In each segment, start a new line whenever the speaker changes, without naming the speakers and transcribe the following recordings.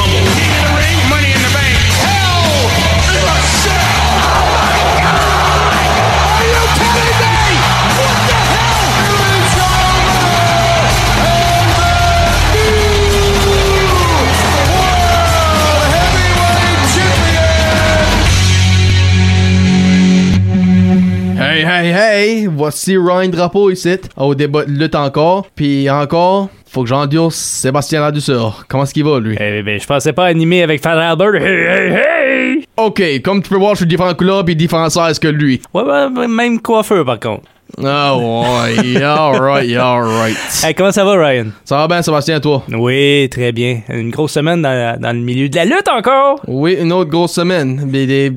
Rumble. King of the Ring, Money in the Bank. Hell in a Cell. Oh my God! Are you kidding me? What the hell? It's
Hey, hey, hey! Voici Ryan Drapeau ici, au débat de lutte encore. Puis encore, faut que j'endure Sébastien Radusser. Comment est-ce qu'il va, lui?
Eh ben, je pensais pas animer avec Fat Albert. Hey, hey, hey!
Ok, comme tu peux voir, je suis différent couleur puis différent size que lui.
Ouais, ouais, même coiffeur, par contre.
Ah ouais, yeah, alright, yeah, alright.
Hey, comment ça va, Ryan?
Ça va bien, Sébastien, toi?
Oui, très bien. Une grosse semaine dans, la- dans le milieu de la lutte encore.
Oui, une autre grosse semaine. Des, des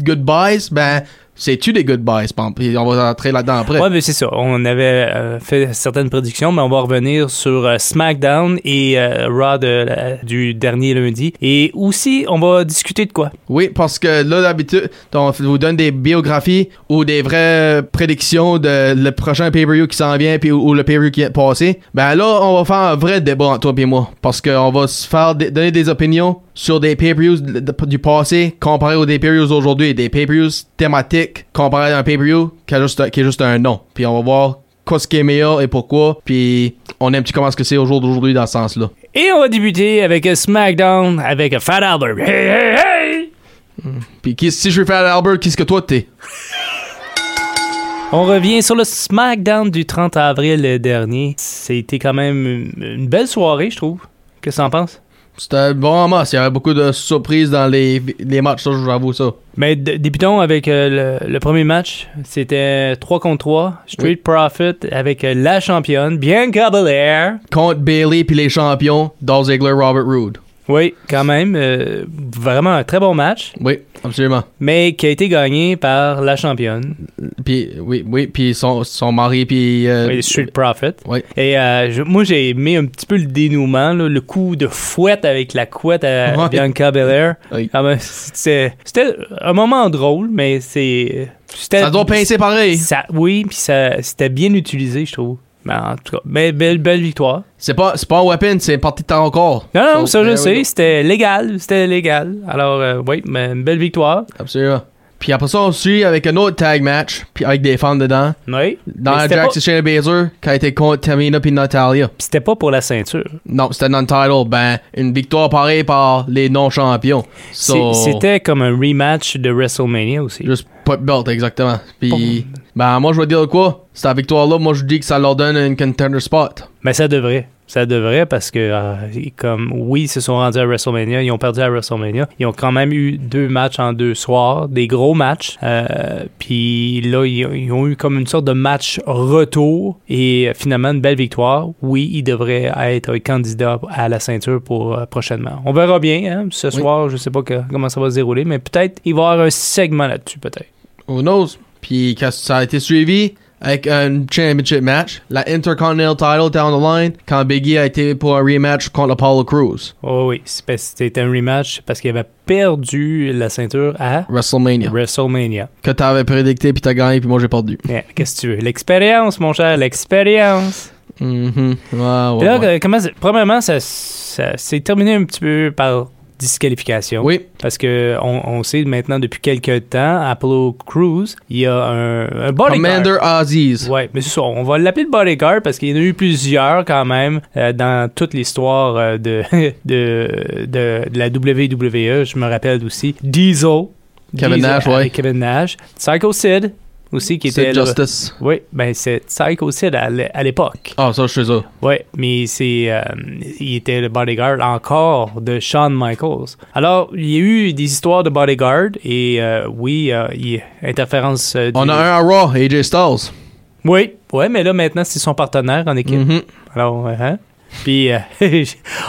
goodbyes, ben, c'est-tu des goodbyes, Pamp? On va rentrer là-dedans après.
Ouais, mais c'est ça. On avait euh, fait certaines prédictions, mais on va revenir sur euh, SmackDown et euh, Raw de la- du dernier lundi. Et aussi, on va discuter de quoi?
Oui, parce que là, d'habitude, on vous donne des biographies ou des vraies prédictions de le prochain pay-per-view qui s'en vient puis, ou, ou le pay-per-view qui est passé. Ben là, on va faire un vrai débat entre toi et moi. Parce qu'on va se faire des- donner des opinions sur des pay-per-views de- de- du passé comparé aux des pay-per-views d'aujourd'hui. Des pay-per-views thématiques comparé à un pay-per-view qui, a juste un- qui est juste un nom. Puis on va voir quoi ce qui est meilleur et pourquoi. Puis on aime un petit comment ce que c'est au jour d'aujourd'hui dans ce sens-là.
Et on va débuter avec euh, SmackDown avec euh, Fat Albert. Hey, hey, hey!
Puis qui- si je vais faire Albert, qu'est-ce que toi t'es?
On revient sur le SmackDown du 30 avril dernier. C'était quand même une- une belle soirée, je trouve. Qu'est-ce que t'en penses?
C'était un bon moment. Il y avait beaucoup de surprises dans les, les matchs, ça, je vous avoue ça.
Mais d- débutons avec euh, le, le premier match. C'était 3 contre 3, Street Profit avec euh, la championne, Bianca Belair.
Contre Bailey puis les champions, Dolph Ziggler, Robert Roode.
Oui, quand même, euh, vraiment un très bon match,
Oui, absolument.
mais qui a été gagné par la championne,
Puis, oui, oui, puis son, son mari, puis... euh,
oui, Street Profit.
oui.
Et euh, je- moi, j'ai aimé un petit peu le dénouement, là, le coup de fouette avec la couette à
Ouais.
Bianca Belair.
Oui.
Ah ben, c'est- C'était un moment drôle, mais c'est... c'était-
Ça doit pincer pareil.
Ça- oui, puis ça, c'était bien utilisé, je trouve. Mais en tout cas, be- belle, belle victoire.
C'est pas, c'est pas un weapon, c'est une partie de temps encore.
Non, non,
So,
ça je
there we
sais,
go.
c'était légal, c'était légal. Alors, euh, oui, mais une belle victoire.
Absolument. Puis après ça, on suit avec un autre tag match, puis avec des fans dedans.
Oui. Mais
Dans
c'était
Jax
pas-
et Shayna Baszler, qui a été contre Tamina puis Natalia.
puis c'était pas pour la ceinture.
Non, c'était non-title. Ben, une victoire pareille par les non-champions. So-
C'est- C'était comme un rematch de WrestleMania aussi.
Juste pas de belt, exactement. Puis, ben, moi, je vais dire quoi? Cette victoire-là, moi, je dis que ça leur donne une contender spot.
Mais ça devrait. Ça devrait parce que, euh, comme oui, ils se sont rendus à WrestleMania, ils ont perdu à WrestleMania. Ils ont quand même eu deux matchs en deux soirs, des gros matchs. Euh, Puis là, ils, ont- ils ont eu comme une sorte de match retour et euh, finalement une belle victoire. Oui, ils devraient être candidats à la ceinture pour euh, prochainement. On verra bien. hein. Ce
Oui.
soir, je sais pas que- comment ça va se dérouler, mais peut-être il va y avoir un segment là-dessus, peut-être.
Who knows? Puis, quand ça a été suivi avec un championship match. La Intercontinental title down the line quand Biggie a été pour un rematch contre Apollo Crews.
Oh oui, c'est parce que c'était un rematch parce qu'il avait perdu la ceinture à
WrestleMania.
WrestleMania.
Que t'avais prédicté, puis t'as gagné, puis moi, j'ai perdu.
Ouais, Qu'est-ce que tu veux? L'expérience, mon cher, l'expérience.
Mhm. Ouais, ouais,
Puis là,
ouais.
euh, comment c'est- premièrement, ça, ça s'est terminé un petit peu par disqualification.
Oui,
Parce que on, on sait maintenant depuis quelques temps, Apollo Crews, il y a un, un bodyguard.
Commander Aziz.
Ouais, mais c'est ça, on va l'appeler le bodyguard parce qu'il y en a eu plusieurs quand même euh, dans toute l'histoire euh, de, de, de, de la WWE. Je me rappelle aussi Diesel.
Kevin
Diesel
Nash, ouais.
avec Kevin Nash. Psycho Sid aussi qui était
C'est
le-
Justice.
oui, ben c'est Psycho Sid à l'é- à l'époque.
Ah, ça, je sais ça.
Oui, mais c'est euh, il était le bodyguard encore de Shawn Michaels. Alors, il y a eu des histoires de bodyguard et euh, oui, euh, il y a interférence euh, du-
On a un à Raw, AJ Styles.
Oui, ouais, mais là maintenant c'est son partenaire en équipe.
Mhm.
Alors, euh, hein? Puis, euh,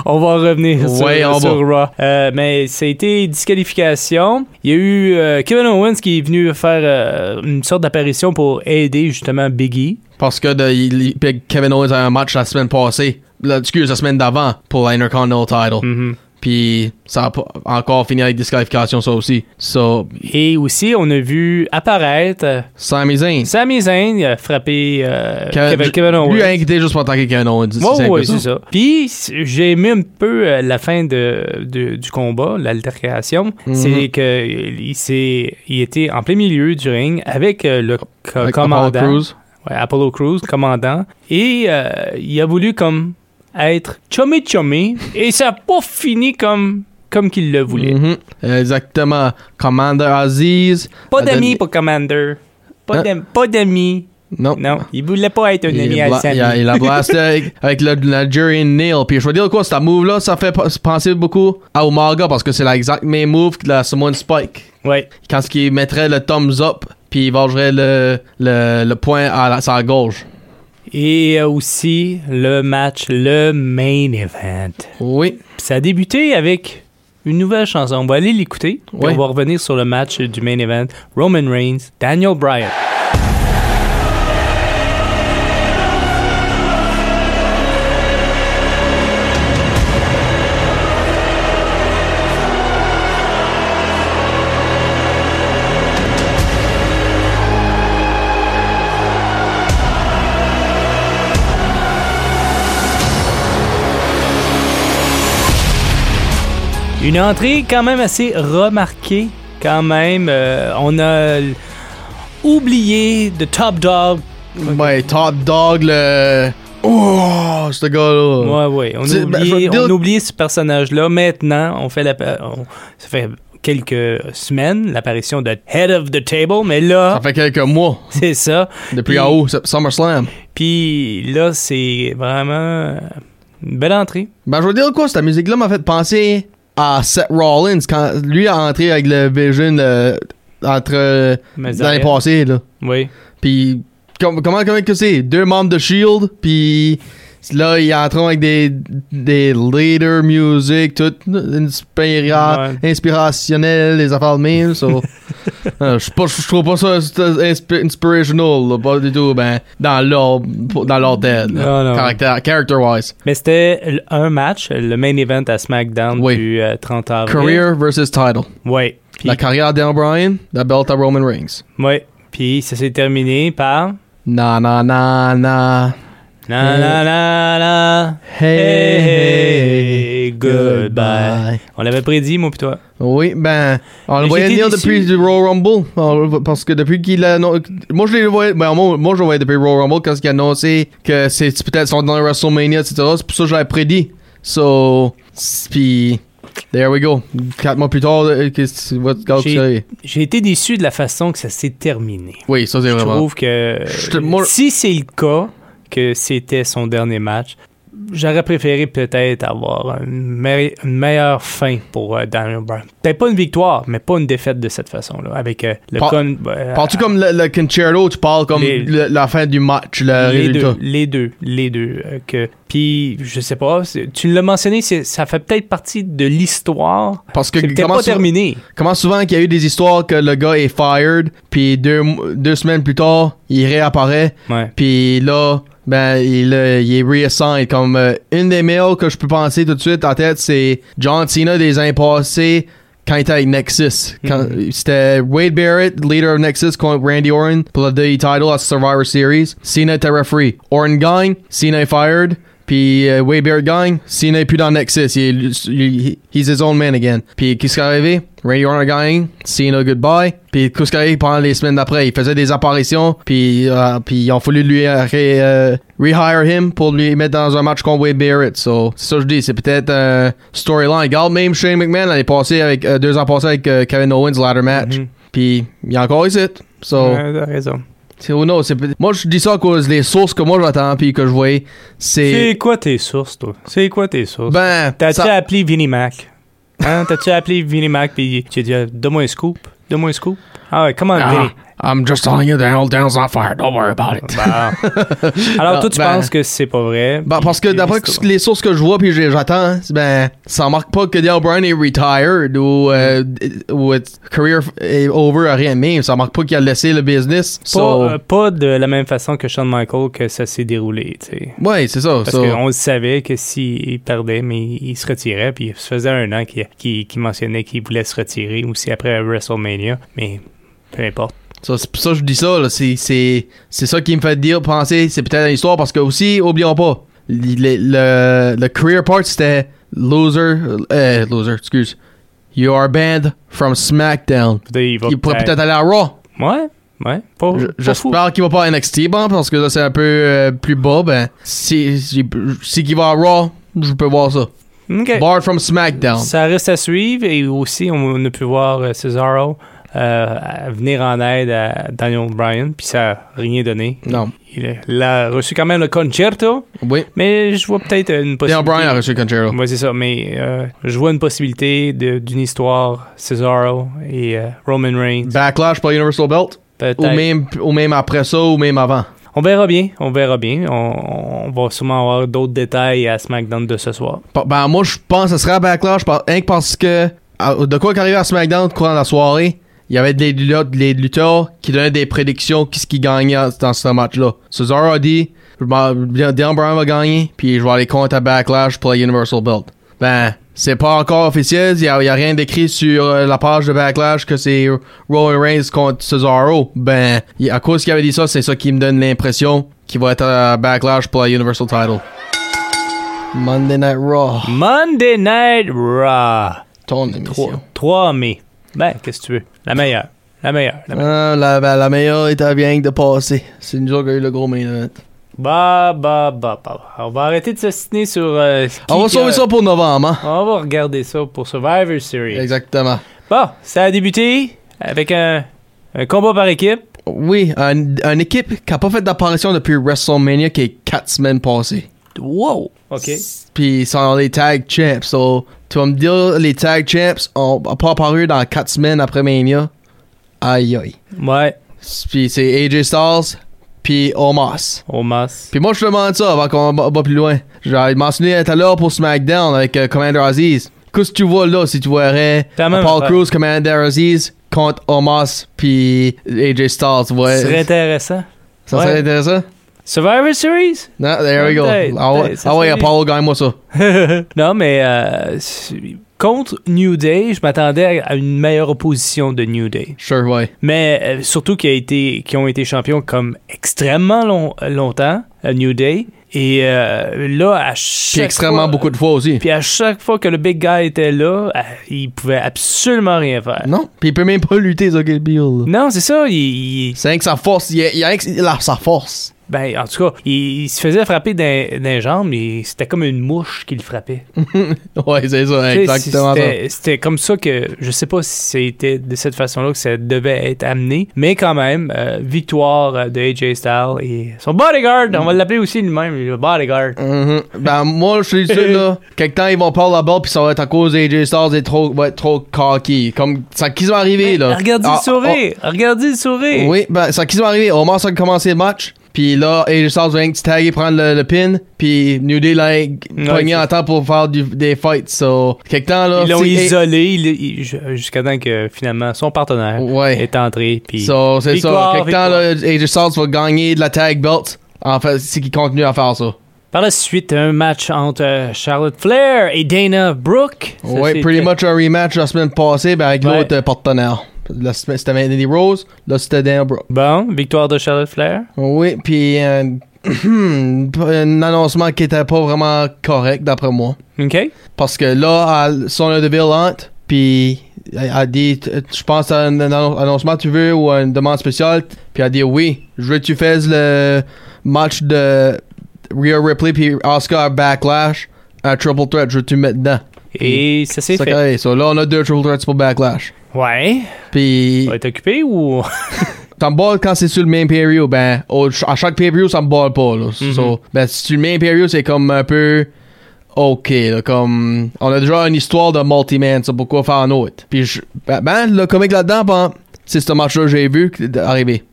on va revenir sur,
Ouais, on
sur Raw. Euh, mais ça a été disqualification. Il y a eu euh, Kevin Owens qui est venu faire euh, une sorte d'apparition pour aider justement Biggie.
Parce que de, il- il- Kevin Owens a un match la semaine passée la, excuse, la semaine d'avant pour l'Intercontinental Title.
Mhm.
Puis ça a pas encore fini avec disqualification, ça aussi. So,
Et aussi, on a vu apparaître euh,
Sami Zayn.
Sami Zayn euh, frapper euh,
Ke-
Kevin, Kevin Owens.
Lui hein, a inquiété juste pour attaquer Kevin Owens.
Ouais,
simple
ouais,
que ça.
c'est ça. Puis c- j'ai aimé un peu euh, la fin de, de- du combat, l'altercation.
Mhm.
C'est que il, s'est- il était en plein milieu du ring avec euh, le co-
Avec
commandant.
Apollo Crews.
Ouais, Apollo Crews, commandant. Et euh, il a voulu comme être chummy chummy. et ça n'a pas fini comme, comme qu'il le voulait.
Mhm. Exactement. Commander Aziz.
Pas
a
d'amis
donné-
pour Commander. Pas
Hein?
d'am- pas d'amis.
Non.
Non, il voulait pas être un
Il,
ami à
bla-
Sammy.
il a, il a blasté avec, avec le Nigerian Nail. Puis je veux dire quoi, cette move-là, ça fait p- penser beaucoup à Omaga parce que c'est l'exact même move que la Samoan Spike.
Ouais.
Quand ce qu'il mettrait le thumbs up, puis il vengerait le, le, le point à la, sa gauche.
Et euh, aussi le match, le main event.
Oui.
Ça a débuté avec une nouvelle chanson. On va aller l'écouter. puis
Ouais.
On va revenir sur le match du main event. Roman Reigns, Daniel Bryan. Une entrée quand même assez remarquée. Quand même, Euh, on a l- oublié de Top Dog.
Ouais, Ben, Top Dog, le. Oh, ce gars-là.
Ouais, ouais. On a
C'est- ben, je vais
oublié,
te dire-
on a oublié ce personnage-là. Maintenant, on fait la, on- ça fait quelques semaines l'apparition de Head of the Table, mais là,
Ça fait quelques mois
c'est ça.
depuis
Puis-
en haut, c'est- SummerSlam.
Puis là, c'est vraiment une belle entrée.
Ben, je veux dire quoi, cette musique-là m'a fait penser à Seth Rollins quand lui a entré avec le Vision euh, entre euh,
Mais
l'année
derrière.
passée, là.
Oui.
Puis, com- comment, comment que c'est Deux membres de Shield, E puis là, ils entrent avec des, des leader music, tout inspira
Ouais.
inspirationnel, les affaires de même. So. Euh, Je suis pas- je trouve pas ça c'est, euh, inspi- inspirational, là, pas du tout, ben, dans leur, dans leur tête, là,
Ah, Non, non.
Caractère- character-wise.
Mais c'était l- un match, le main event à SmackDown
Oui.
du euh, 30 avril.
Career versus title.
Oui. Puis,
La carrière d'Al Bryan, la belt à Roman Reigns.
ouais. Puis ça s'est terminé par.
Na na na na.
Na na na na. Hey, hey, goodbye. On l'avait prédit, moi, puis toi.
Oui, ben, on le
Mais
voyait
j'étais
venir
déçu.
depuis le Royal Rumble. on- Parce que depuis qu'il a. annon- Moi, je l'ai voyé. Ben, moi, moi, je le voyais depuis le Royal Rumble quand il a annoncé que c'est peut-être son dernier WrestleMania, etc. C'est pour ça que je l'avais prédit. So. c'est- Puis. There we go. Quatre mois plus tard, euh, qu'est-ce que what- qu'est-ce que c'est?
J'ai été déçu de la façon que ça s'est terminé.
Oui, ça, c'est
Je
vraiment.
trouve que
Je te- moi-
si c'est le cas que c'était son dernier match, j'aurais préféré peut-être avoir une, me- une meilleure fin pour euh, Daniel Bryan. Peut-être pas une victoire, mais pas une défaite de cette façon-là. Avec euh, le
Par-
con- euh,
Parles-tu comme le, le concerto, tu parles comme
Les-
le- la fin du match, le
les
euh, résultat?
deux, les deux, les deux. euh, que, puis, je sais pas, c'est- tu l'as mentionné, c'est- ça fait peut-être partie de l'histoire.
Parce que
C'est peut-être
comment
pas
ça-
terminé.
Comment souvent qu'il y a eu des histoires que le gars est fired, puis deux, m- deux semaines plus tard, il réapparaît,
Ouais.
puis là, ben, il, euh, il est reassigned. Comme euh, une des meilleures que je peux penser tout de suite en tête, c'est John Cena des années passées quand il était avec Nexus. Quand- C'était Wade Barrett, leader of Nexus, contre Randy Orton pour le DE title à Survivor Series. Cena était referee. Orton gagne, Cena est fired. Puis euh, Wade Barrett gagne, Cena est plus dans Nexus. Il, est- il- he's his own man again. Puis qu'est-ce qui est arrivé? Randy Orton gagne, Cena goodbye. Puis qu'est-ce qui est arrivé pendant les semaines d'après? Il faisait des apparitions, puis, euh, puis ils ont voulu lui euh, ré- euh, rehire him pour lui mettre dans un match contre Wade Barrett. So, c'est ça que je dis, c'est peut-être un storyline. Regarde même Shane McMahon l'année passée, avec, euh, deux ans passés avec euh, Kevin Owens, ladder match.
Mhm.
Puis il est encore ici. So,
Ouais, t'as raison.
c'est- oh non, c'est peut- moi je dis ça à cause des sources que moi j'attends, puis que je voyais.
C'est
C'est.
quoi tes sources, toi? C'est quoi tes sources?
Ben,
T'as-tu
ça-
appelé Vinnie Mac? Hein? T'as-tu appelé Vinnie Mac puis tu as dit, donne-moi un scoop? Donne-moi un scoop? Ah ouais, comment
Ah.
Vinnie?
I'm just telling you the hell down's on fire. Don't worry about it.
Alors,
Non,
toi, tu
ben-
penses que c'est pas vrai.
Ben, parce que
puis-
d'après
puis-
que- les sources que je vois puis j'ai- j'attends, ben, ça marque pas que Dale Bryan est retired ou, euh,
Mm.
ou it's- career est over à rien, mais ça marque pas qu'il a laissé le business.
Pas,
So-
euh, pas de la même façon que Shawn Michaels que ça s'est déroulé, tu sais.
ouais, c'est ça.
Parce
so-
qu'on le savait que s'il perdait, mais il se retirait. Puis ça faisait un an qu'il qu'il- qu'il mentionnait qu'il voulait se retirer aussi après WrestleMania. Mais peu importe.
Ça, c'est pour ça que je dis ça, là. C'est, c'est, c'est ça qui me fait dire, penser, c'est peut-être l'histoire, parce que aussi, oublions pas, li- le, le, le career part, c'était loser, euh, loser, excuse. You are banned from SmackDown.
Peut-être Il, va
Il pourrait peut-être aller à Raw.
Ouais,
Je-
ouais. Pas, Oh, pas fou.
J'espère qu'il va pas à NXT, bon, parce que là, c'est un peu euh, plus bas, ben. Si, si, si qu'il va à Raw, je peux voir ça.
Ok.
Barred from SmackDown.
Ça reste à suivre. Et aussi, on a pu voir euh, Cesaro euh, à- venir en aide à Daniel Bryan. Puis ça n'a rien donné.
Non.
Il a- il a reçu quand même le concerto.
Oui.
Mais je vois peut-être une possibilité.
Daniel Bryan a reçu Conchero.
Moi, c'est ça, mais euh, je vois une possibilité de- d'une histoire Cesaro et euh, Roman Reigns.
Backlash pour Universal Belt.
Peut-être.
Ou même, ou même après ça, ou même avant.
On verra bien, on verra bien. On, on va sûrement avoir d'autres détails à SmackDown de ce soir.
Pa- Ben, moi, je pense que ce serait à Backlash par- rien que parce que à- de quoi qu'arrivait à SmackDown courant de la soirée, il y avait des lutteurs, des lutteurs qui donnaient des prédictions qu'est-ce qui gagnait en- dans ce match-là. Cesaro a dit je m'en- Dan Dan Bryan va gagner, puis je vais aller contre à Backlash pour la Universal Belt. Ben, c'est pas encore officiel, il y, a il y a rien d'écrit sur euh, la page de Backlash que c'est Roman Reigns contre Cesaro. Ben, il- à cause qu'il avait dit ça, c'est ça qui me donne l'impression qu'il va être à Backlash pour la Universal Title. Monday Night Raw.
Monday Night Raw.
Ton émission.
3, 3 mai. Ben, qu'est-ce que tu veux? La meilleure. La meilleure. La meilleure.
Ah, la, ben, la meilleure était bien que de passer. C'est nous autres qui a eu le gros main event.
Bah, bah, bah, bah. On va arrêter de s'assiner sur. euh, qui
On va
a-
sauver ça pour novembre, hein?
On va regarder ça pour Survivor Series.
Exactement.
Bon, ça a débuté avec un, un combat par équipe.
Oui, un- une équipe qui n'a pas fait d'apparition depuis WrestleMania qui est 4 semaines passées.
Wow! OK.
Puis ils sont dans les tag champs. So, tu vas me dire, les tag champs ont pas apparu dans 4 semaines après Mania. Aïe aïe.
Ouais,
Puis c'est AJ Styles, puis Omos.
au masse.
Puis moi, je te demande ça avant qu'on va, va plus loin. J'ai mentionné tout à l'heure pour SmackDown avec euh, Commander Aziz. Qu'est-ce que tu vois là si tu verrais
C'est la même
Paul
affaire.
Cruz, Commander Aziz contre Omos puis AJ Styles? Ouais.
Ce serait intéressant.
ça serait
ouais.
intéressant?
Survivor Series?
Non, there we go.
Peut-être,
Ah ouais,
peut-être, ça
ah ouais
serait-
Apollo, gagne-moi ça.
non, mais euh, c- contre New Day, je m'attendais à une meilleure opposition de New Day.
Sure, ouais.
Mais euh, surtout qui, a été, qui ont été champions comme extrêmement long, longtemps, à New Day. Et euh, là, à
Puis
chaque
extrêmement
fois- euh,
beaucoup de fois aussi.
Puis à chaque fois que le big guy était là, euh, il pouvait absolument rien faire.
Non, puis il peut même pas lutter, Zogel Bill.
Non, c'est ça. Il, il-
C'est rien que sa force. Il y a, il y a rien que là, sa force.
ben, en tout cas, il, il se faisait frapper d'un d'un jambe, mais c'était comme une mouche qui le frappait.
Ouais, c'est ça,
Tu sais,
exactement ça.
c'était- C'était comme ça que je sais pas si c'était de cette façon-là que ça devait être amené, mais quand même, euh, victoire euh, de AJ Styles et son bodyguard. On va
Mm.
l'appeler aussi lui-même, le bodyguard.
Mhm. Ben, moi, je suis sûr, là, quelque temps, ils vont perdre la balle, puis ça va être à cause des AJ Stars et trop, va être trop cocky. Comme, ça qu'ils vont arriver, là.
Regardez
Ah,
le sourire, regardez le
ah,
sourire.
oui, ben, ça qu'ils vont arriver. Au moment où ça a commencé le match, puis là, AJ Stars vient que tag et prendre le, le pin, puis New Day, là, pogné
c'est-
en temps pour faire du- des fights. So, quelque temps, là.
Ils l'ont
si-
isolé il- il- ju- jusqu'à temps que finalement son partenaire
Ouais.
est entré. Puis
eh, So, c'est ça.
Victoire,
Quelque temps, là, AJ Stars va gagner de la tag belt. En fait, c'est qu'ils continuent à faire ça.
Par la suite, un match entre euh, Charlotte Flair et Dana Brooke. Ça,
Ouais,
c'était-
pretty much un rematch la semaine passée ben, avec
Ouais.
l'autre euh, partenaire. La semaine- C'était Mandy Rose, là c'était Dan Brooke.
Bon, victoire de Charlotte Flair.
Oui, puis euh, un annoncement qui était pas vraiment correct d'après moi.
OK.
Parce que là, elle- Sonya Deville entre, puis elle a dit t- Je pense à un annon- annoncement tu veux ou à une demande spéciale, puis elle a dit Oui, je veux que tu fasses le match de Rhea Ripley puis Oscar Backlash à Triple Threat, je veux que tu me mettes dedans.
Et ça s'est
Ça,
fait.
carré. So, là, on a deux Triple Threats pour Backlash.
Ouais.
Puis
On va être occupé ou.
ça me balle quand c'est sur le main pay-per-view. Ben, au- à chaque pay-per-view, ça me balle pas. Là. So, ben, si tu le main pay-per-view, c'est comme un peu. Ok, là, comme. On a déjà une histoire de multi-man, c'est pourquoi faire un autre? Puis, je- ben, ben, le comique là-dedans, ben, c'est ce match-là que j'ai vu que- arriver.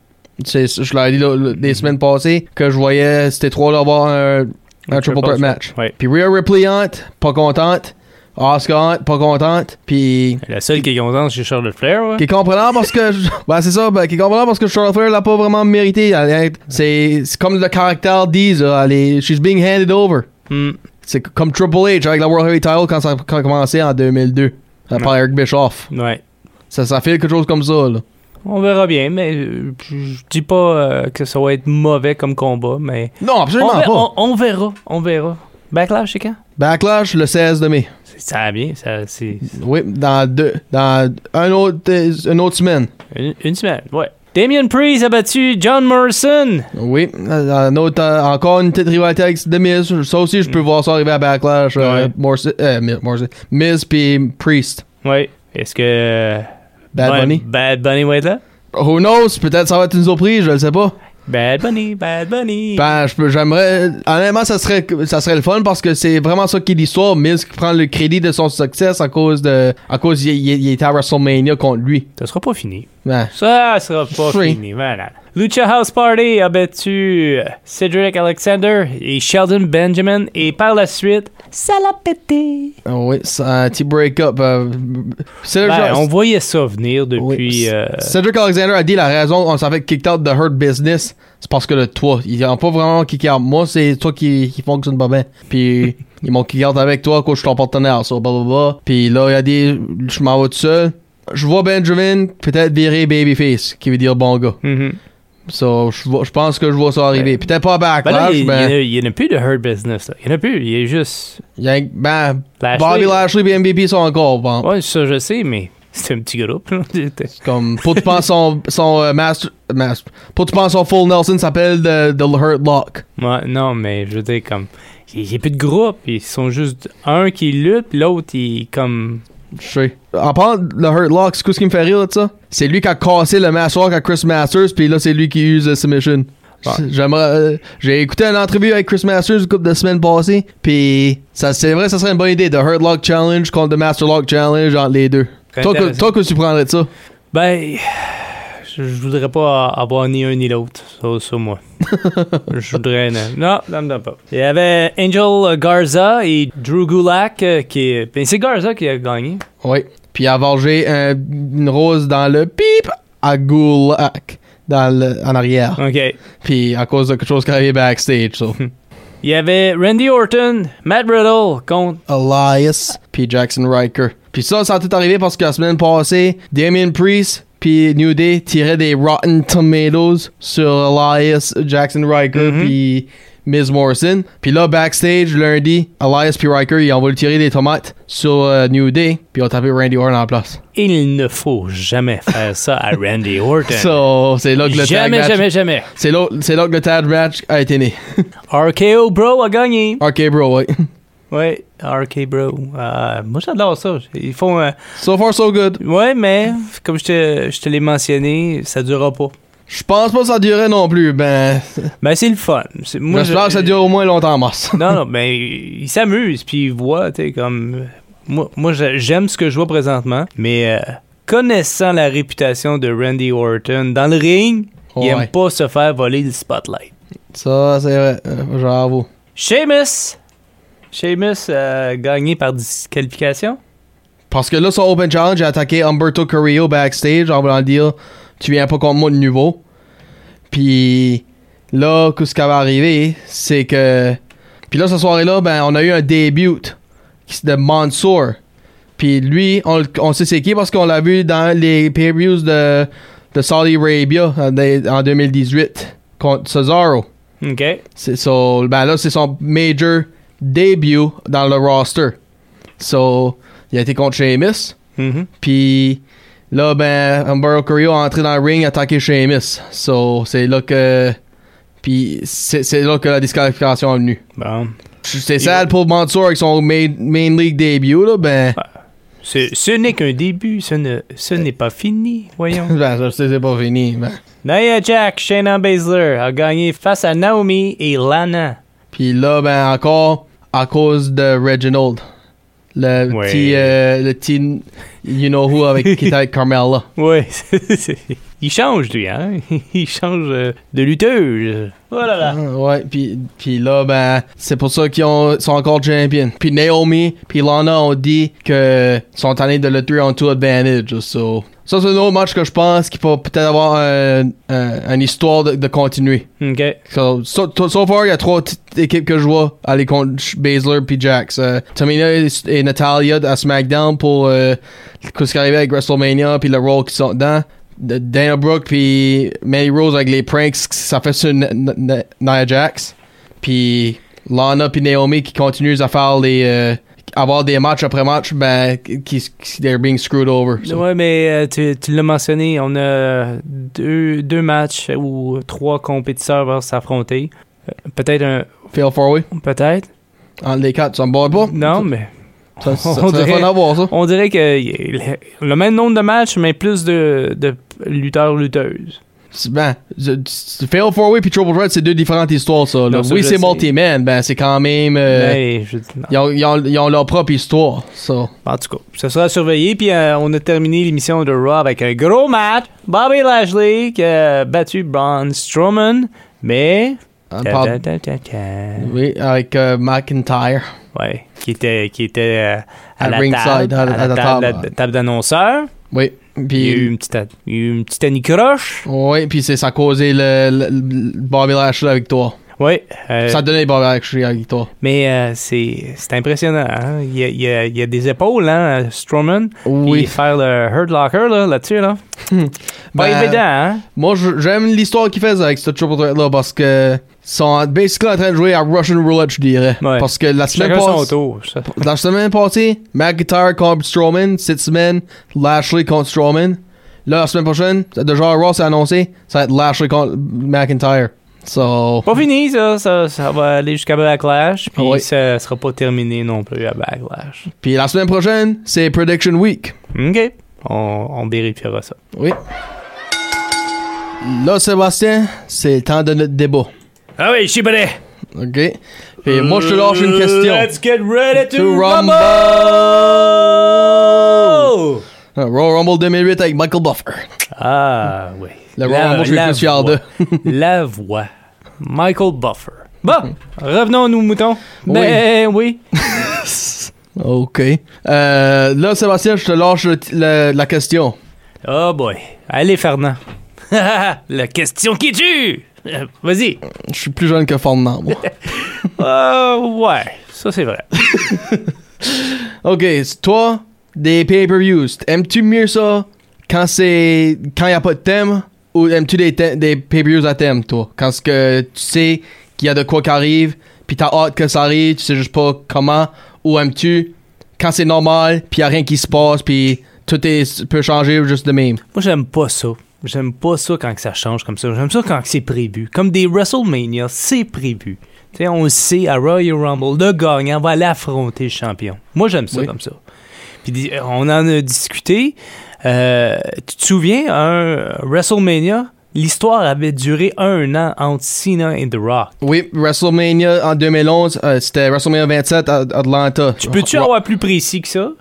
C'est- Je l'ai dit là, le- les semaines passées que je voyais ces trois-là avoir Mhm. un, un triple threat match.
Ouais.
Puis Rhea Ripley hante, pas contente. Oscar hante, pas contente. Puis
La seule qui est contente, c'est Charlotte Flair. ouais.
qui est comprenable parce que ben c'est ça ben, qui est comprenable parce que Charlotte Flair l'a pas vraiment mérité Elle est- c'est c'est comme le caractère dit là, elle est she's being handed over
Hmm.
c'est comme Triple H avec la World Heavy Title quand ça quand ça a commencé en 2002 euh, par Eric Bischoff
Ouais.
ça ça fait quelque chose comme ça là.
On verra bien, mais euh, je je dis pas euh, que ça va être mauvais comme combat, mais
non
on,
absolument
ver-
pas
on- on verra, on verra. Backlash, c'est quand?
Backlash le 16 de mai
C'est- Ça va bien, ça, c'est
oui dans deux dans un autre euh, une autre semaine
une, une semaine, ouais. Damien Priest a battu John Morrison.
oui euh, un autre, euh, encore une petite rivalité avec The Miz ça aussi je peux voir ça arriver à Backlash euh,
Hmm. Ouais.
Morrison- euh, Mi- Morrison. Miz puis Priest
Ouais. Est-ce que euh,
Bad
Bad-
Bunny
Bad Bunny va être là?
Who knows? Peut-être ça va être une surprise, je le sais pas.
Bad Bunny, Bad Bunny.
Ben, je peux, j'aimerais. Honnêtement, ça serait, ça serait le fun parce que c'est vraiment ça qui est l'histoire. Miz qui prend le crédit de son succès à cause de, à cause il, il- il était à WrestleMania contre lui.
Ça sera pas fini.
Ben,
Ça sera pas
Oui.
fini, voilà. Lucha House Party a battu Cedric Alexander et Sheldon Benjamin et par la suite, ça l'a pété.
oh oui, c'est un petit break-up. euh, c'est le
Ben,
genre-
on voyait ça venir
oui.
depuis. euh,
Cedric Alexander a dit la raison, on s'en fait kick out de Hurt Business. C'est parce que le toi, ils ont pas vraiment kick out. Moi, c'est toi qui, qui fonctionne pas bien. Puis, ils m'ont kick out avec toi, coach ton partenaire, ça, blablabla. Puis là, il a dit, je m'en vais tout seul. Je vois Benjamin peut-être virer Babyface, qui veut dire bon gars.
mhm.
So, je vois- je pense que je vois ça arriver. Peut-être pas à
Ben là,
Backlash,
il il y en
mais
a- il y en a plus de Hurt Business. là. Il n'y en a plus. Il y a juste.
il y a- ben,
Lashley.
Bobby Lashley et MVP sont encore. Bon.
Ouais, ça, je sais, mais c'était un petit groupe. là. C'était-
Comme, pour tu penses son, son euh, master, master- Pour tu penses son full Nelson s'appelle The, the Hurt Lock.
Ouais, non, mais je veux dire, comme. Il n'y a plus de groupe. Ils sont juste un qui lutte, puis l'autre, il comme.
Je sais. En parlant de le Hurt Lock, c'est quoi ce qui me fait rire de ça? C'est lui qui a cassé le Master à Chris Masters, puis là, c'est lui qui use le submission.
Ouais.
C'est- J'aimerais. euh, J'ai écouté une entrevue avec Chris Masters une couple de semaines passées, puis ça- c'est vrai, ça serait une bonne idée. The Hurt Lock Challenge contre The Master Lock Challenge entre les deux.
Très
Toi, que,
intéressant.
toi que tu prendrais de ça?
Ben. Je je voudrais pas avoir ni un ni l'autre sur, sur moi. je voudrais. Non, non, ça me donne pas. Il y avait Angel Garza et Drew Gulak euh, qui. est- Ben, c'est Garza qui a gagné.
Oui. Puis avoir j'ai une rose dans le pip à Gulak dans le, en arrière.
OK.
Puis à cause de quelque chose qui arrivait backstage, so.
Il y avait Randy Orton, Matt Riddle contre.
Elias, puis Jackson Riker. Puis ça, ça a tout arrivé parce que la semaine passée, Damien Priest puis New Day tiraient des Rotten Tomatoes sur Elias, Jackson Riker, puis Miz Morrison. Puis là, backstage, lundi, Elias puis Riker, ils ont voulu tirer des tomates sur euh, New Day, puis ils ont tapé Randy Orton en place.
Il ne faut jamais faire ça à Randy Orton.
So, c'est là que le tag
jamais,
match...
jamais, jamais.
C'est là, c'est là que le tag match a été né.
RKO Bro a gagné.
OK, bro, ouais.
Ouais, RK Bro. Euh, moi, j'adore ça. Ils font. euh,
So far, so good.
Ouais, mais comme je te, je te l'ai mentionné, ça durera pas.
Je pense pas que ça durait non plus, ben...
Ben, c'est le fun. C'est- moi,
J'espère
je-
Ben, que ça dure au moins longtemps en mars.
Non, non, mais ils s'amusent, puis ils voient, tu sais, comme. Moi, moi j'a- j'aime ce que je vois présentement, mais euh, connaissant la réputation de Randy Orton dans le ring, il
Ouais.
aime pas se faire voler le spotlight.
Ça, c'est vrai, euh, j'avoue.
Sheamus! Sheamus euh, gagné par disqualification.
Parce que là, son Open Challenge a attaqué Humberto Carrillo backstage en voulant dire Tu viens pas contre moi de nouveau. Puis là, que ce qui va arriver, c'est que. Puis là, cette soirée-là, ben, on a eu un début qui- de Mansour. Puis lui, on, le- on sait c'est qui parce qu'on l'a vu dans les pay-views de, de Saudi Arabia en, en 2018 contre Cesaro.
OK.
C'est so, ben là, c'est son major début dans le roster. So, il a été contre Sheamus.
Mhm.
Puis là, ben, Humberto Carrillo a entré dans le ring, attaqué Sheamus. So, c'est là que. Puis c'est c'est là que la disqualification est venue.
Bon.
C'est sad pour Mansour avec son main, main league début, là. Ben,
Ce, ce n'est qu'un début, ce ne- ce n'est pas fini, voyons.
ben ça, c'est c'est pas fini. ben.
Nia Jack, Shayna Baszler a gagné face à Naomi et Lana.
Puis là, ben, encore à cause de Reginald. Le
Ouais.
petit, euh, le petit You Know Who avec, qui était avec Carmella.
Ouais, c'est- c'est- il change lui, hein? Il change euh, de lutteuse. Oh là là.
Ah, ouais, puis, puis là, ben, c'est pour ça qu'ils ont- sont encore champions. Puis Naomi, puis Lana ont dit que sont allés de le tuer en tout advantage. So. Ça, c'est un autre match que je pense qu'il faut peut-être avoir euh, euh, une histoire de, de continuer.
Ok.
So, so, to- so far, il y a trois petites équipes que je vois aller contre Sh- Baszler puis Jax. Euh, Tamina et, et Natalia à SmackDown pour euh, ce qui est arrivé avec WrestleMania puis le rôle qu'ils sont dedans. De- Dana Brooke puis Manny Rose avec les pranks que ça fait sur N- N- N- Nia Jax. Puis Lana puis Naomi qui continuent à faire les... euh, avoir des matchs après match, ben, qui, qui- they're being screwed over. So.
Ouais, mais euh, tu, tu l'as mentionné, on a deux, deux matchs où trois compétiteurs vont s'affronter. Euh, Peut-être un.
Fail for way.
Peut-être?
Entre les quatre, ça me bat pas.
Non, mais.
Ça, ça,
on
ça serait
dirait-
fun à voir, ça.
On dirait que y a le, le même nombre de matchs, mais plus de, de lutteurs-lutteuses.
C'est- Ben, je- c'est- Fail Four Way puis Trouble Red, c'est deux différentes histoires, ça. là.
Non, ça,
oui,
je
c'est
sais.
multi-man, ben, c'est quand même. euh,
Mais je- non.
ils, ont, ils ont- ils ont leur propre histoire, ça.
En tout cas, ça sera surveillé. Puis euh, on a terminé l'émission de Raw avec un gros match. Bobby Lashley qui a battu Braun Strowman. Mais.
On parle-
Ta- ta- ta- ta- ta.
Oui, avec euh, McIntyre.
Ouais, qui était, qui était euh, à,
À
la
ringside,
table,
à-
à,
à
la
la
table,
table.
la table d'annonceurs.
Oui.
Il y a eu
Puis.
une petite, a- il y a eu une petite anicroche.
Oui, puis c'est ça a causé le, le- le- Bobby Lashley avec toi.
Ouais, euh,
Ça a donné Bobby Lashley avec toi.
mais euh, c'est c'est impressionnant. hein. Il, y a, il y a- il y a des épaules, hein, Strowman. Puis
Oui.
faire le Hurt Locker là, là-dessus, là. Pas
Ben,
évident, hein?
Moi, je- j'aime l'histoire qu'ils faisaient avec ce Triple Threat là parce que. Ils sont basically en train de jouer à Russian Roulette, je dirais.
Ouais.
Parce que la semaine
Chacun son
passée.
tour. ça.
La semaine passée, McIntyre contre Strowman. Cette semaine, Lashley contre Strowman. Là, la semaine prochaine, c'est déjà Raw s'est annoncé, ça va être Lashley contre McIntyre. So,
Pas fini, ça. Ça, ça va aller jusqu'à Backlash. Puis
Ah Ouais.
ça sera pas terminé non plus à Backlash.
puis la semaine prochaine, c'est Prediction Week.
OK. On, on vérifiera ça.
Oui. Là, Sébastien, c'est le temps de notre débat.
Ah oui, je suis prêt.
OK? Puis moi, je te lâche une question.
Euh, Let's get ready to,
To rumble!
rumble!
Raw Rumble 2008 avec Michael Buffer.
Ah oui.
Le Royal Rumble, je suis plus fier
voix.
de.
la voix. Michael Buffer. Bon, revenons à nos moutons. Ben oui.
OK. Euh, là, Sébastien, je te lâche le- le- la question.
Oh boy. Allez, Fernand. la question qui tue! Euh, Vas-y.
Je suis plus jeune que Fernand, moi.
Euh, ouais, ça c'est vrai.
Ok, c'est toi, des pay-per-views, aimes-tu mieux ça quand c'est quand y a pas de thème ou aimes-tu des, thè- des pay-per-views à thème, toi? Quand ce que tu sais qu'il y a de quoi qui arrive, puis t'as hâte que ça arrive, tu sais juste pas comment, ou aimes-tu quand c'est normal, puis y a rien qui se passe, puis tout est, peut changer ou juste de même?
Moi, j'aime pas ça. J'aime pas ça quand que ça change comme ça. J'aime ça quand que c'est prévu. Comme des WrestleMania, c'est prévu. Tu sais, on le sait, à Royal Rumble, le gagnant va aller affronter le champion. Moi, j'aime ça
Oui.
comme ça. Puis dis- euh, on en a discuté. Euh, tu te souviens, un WrestleMania, l'histoire avait duré un an entre Cena et The Rock.
Oui, WrestleMania en 2011, euh, c'était WrestleMania 27 à à Atlanta.
Tu peux-tu avoir plus précis que ça?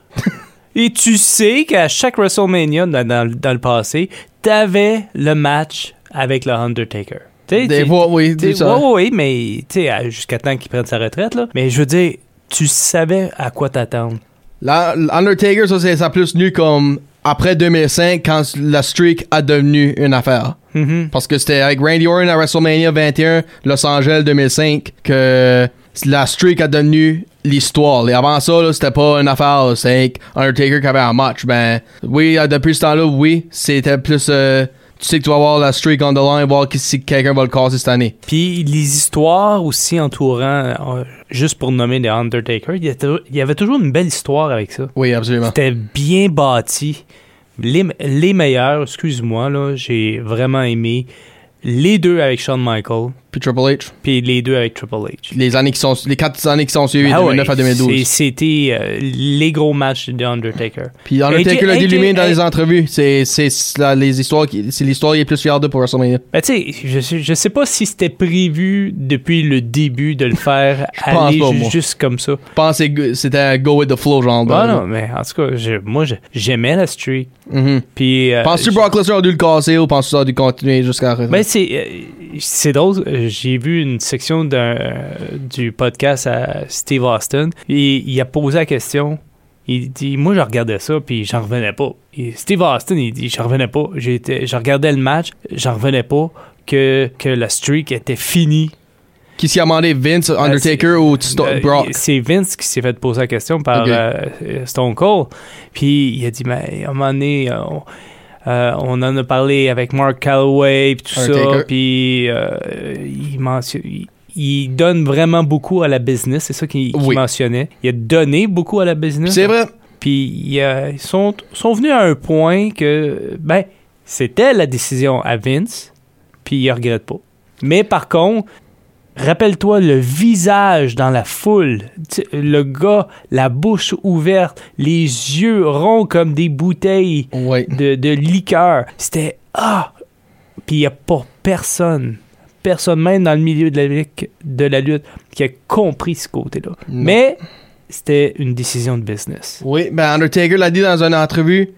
Et tu sais qu'à chaque WrestleMania dans, dans- dans le passé, t'avais le match avec le Undertaker. T'sais,
Des
tu-
fois, oui,
t'sais,
c'est ça.
ouais, ouais, ouais, mais t'sais, à- jusqu'à temps qu'il prenne sa retraite, là. Mais je veux dire, tu savais à quoi t'attendre.
La- L'Undertaker, ça, c'est ça plus nu comme après 2005, quand la streak a devenu une affaire.
Mhm.
Parce que c'était avec Randy Orton à WrestleMania 21, Los Angeles 2005, que la streak a devenu l'histoire. Et avant ça, là, c'était pas une affaire. là. C'est avec Undertaker qui avait un match. Ben, oui, euh, depuis ce temps-là, oui, c'était plus... euh, tu sais que tu vas avoir la streak on the line, voir qui- si quelqu'un va le casser cette année.
Puis les histoires aussi entourant, euh, juste pour nommer The Undertaker, il y a tou- il y avait toujours une belle histoire avec ça.
Oui, absolument.
C'était bien bâti. Les, les meilleurs, excuse-moi, là, j'ai vraiment aimé les deux avec Shawn Michaels.
Puis Triple H.
Puis les deux avec Triple H.
Les années qui sont, les quatre années qui sont suivies,
Ah
2009
ouais,
à 2012.
c'est- C'était euh, les gros matchs de Undertaker.
Puis Undertaker l'a dit
AJ
lui-même dans les
a-
entrevues. C'est, c'est, la- les histoires qui, c'est l'histoire qu'il est plus fier de pour WrestleMania.
Ben, tu sais, je, sais- je sais pas si c'était prévu depuis le début de le faire
pense
aller
pas,
ju-
moi. Ben,
juste comme ça.
Je pense que c'est go- c'était go with the flow, genre.
Bon,
dans-
non, mais en tout cas, je- moi, je- j'aimais la streak.
Mhm.
Puis, euh,
Penses-tu que
je-
Brock Lesnar a dû le casser ou penses-tu que ça a dû continuer jusqu'à la
Ben, c'est, euh, c'est drôle, euh, j'ai vu une section d'un, euh, du podcast à Steve Austin, et il a posé la question. Il dit, moi, je regardais ça, puis j'en revenais pas. Et Steve Austin, il dit, j'en revenais pas. J'étais, je regardais le match, j'en revenais pas que, que la streak était finie.
Qui s'y a demandé Vince, Undertaker
ben, c'est-
ou Sto-
Euh,
Brock
C'est Vince qui s'est fait poser la question par
Ok.
euh, Stone Cold. Puis il a dit, mais à un moment donné, euh, on, euh, on en a parlé avec Mark Calloway, puis tout ça.
Undertaker.
Puis euh, il mentionne... il- il donne vraiment beaucoup à la business, c'est ça qu'il qu'il
Oui.
mentionnait. Il a donné beaucoup à la business.
C'est vrai.
Puis il a- ils sont, sont venus à un point que, ben, c'était la décision à Vince, puis il regrette pas. Mais par contre, rappelle-toi le visage dans la foule. Tu sais, Le gars, la bouche ouverte, les yeux ronds comme des bouteilles
Oui.
de, de liqueur. C'était ah! Puis il n'y a pas personne, personne même dans le milieu de la, lutte- de la lutte qui a compris ce côté-là.
Non.
Mais c'était une décision de business.
Oui, ben Undertaker l'a dit dans une entrevue.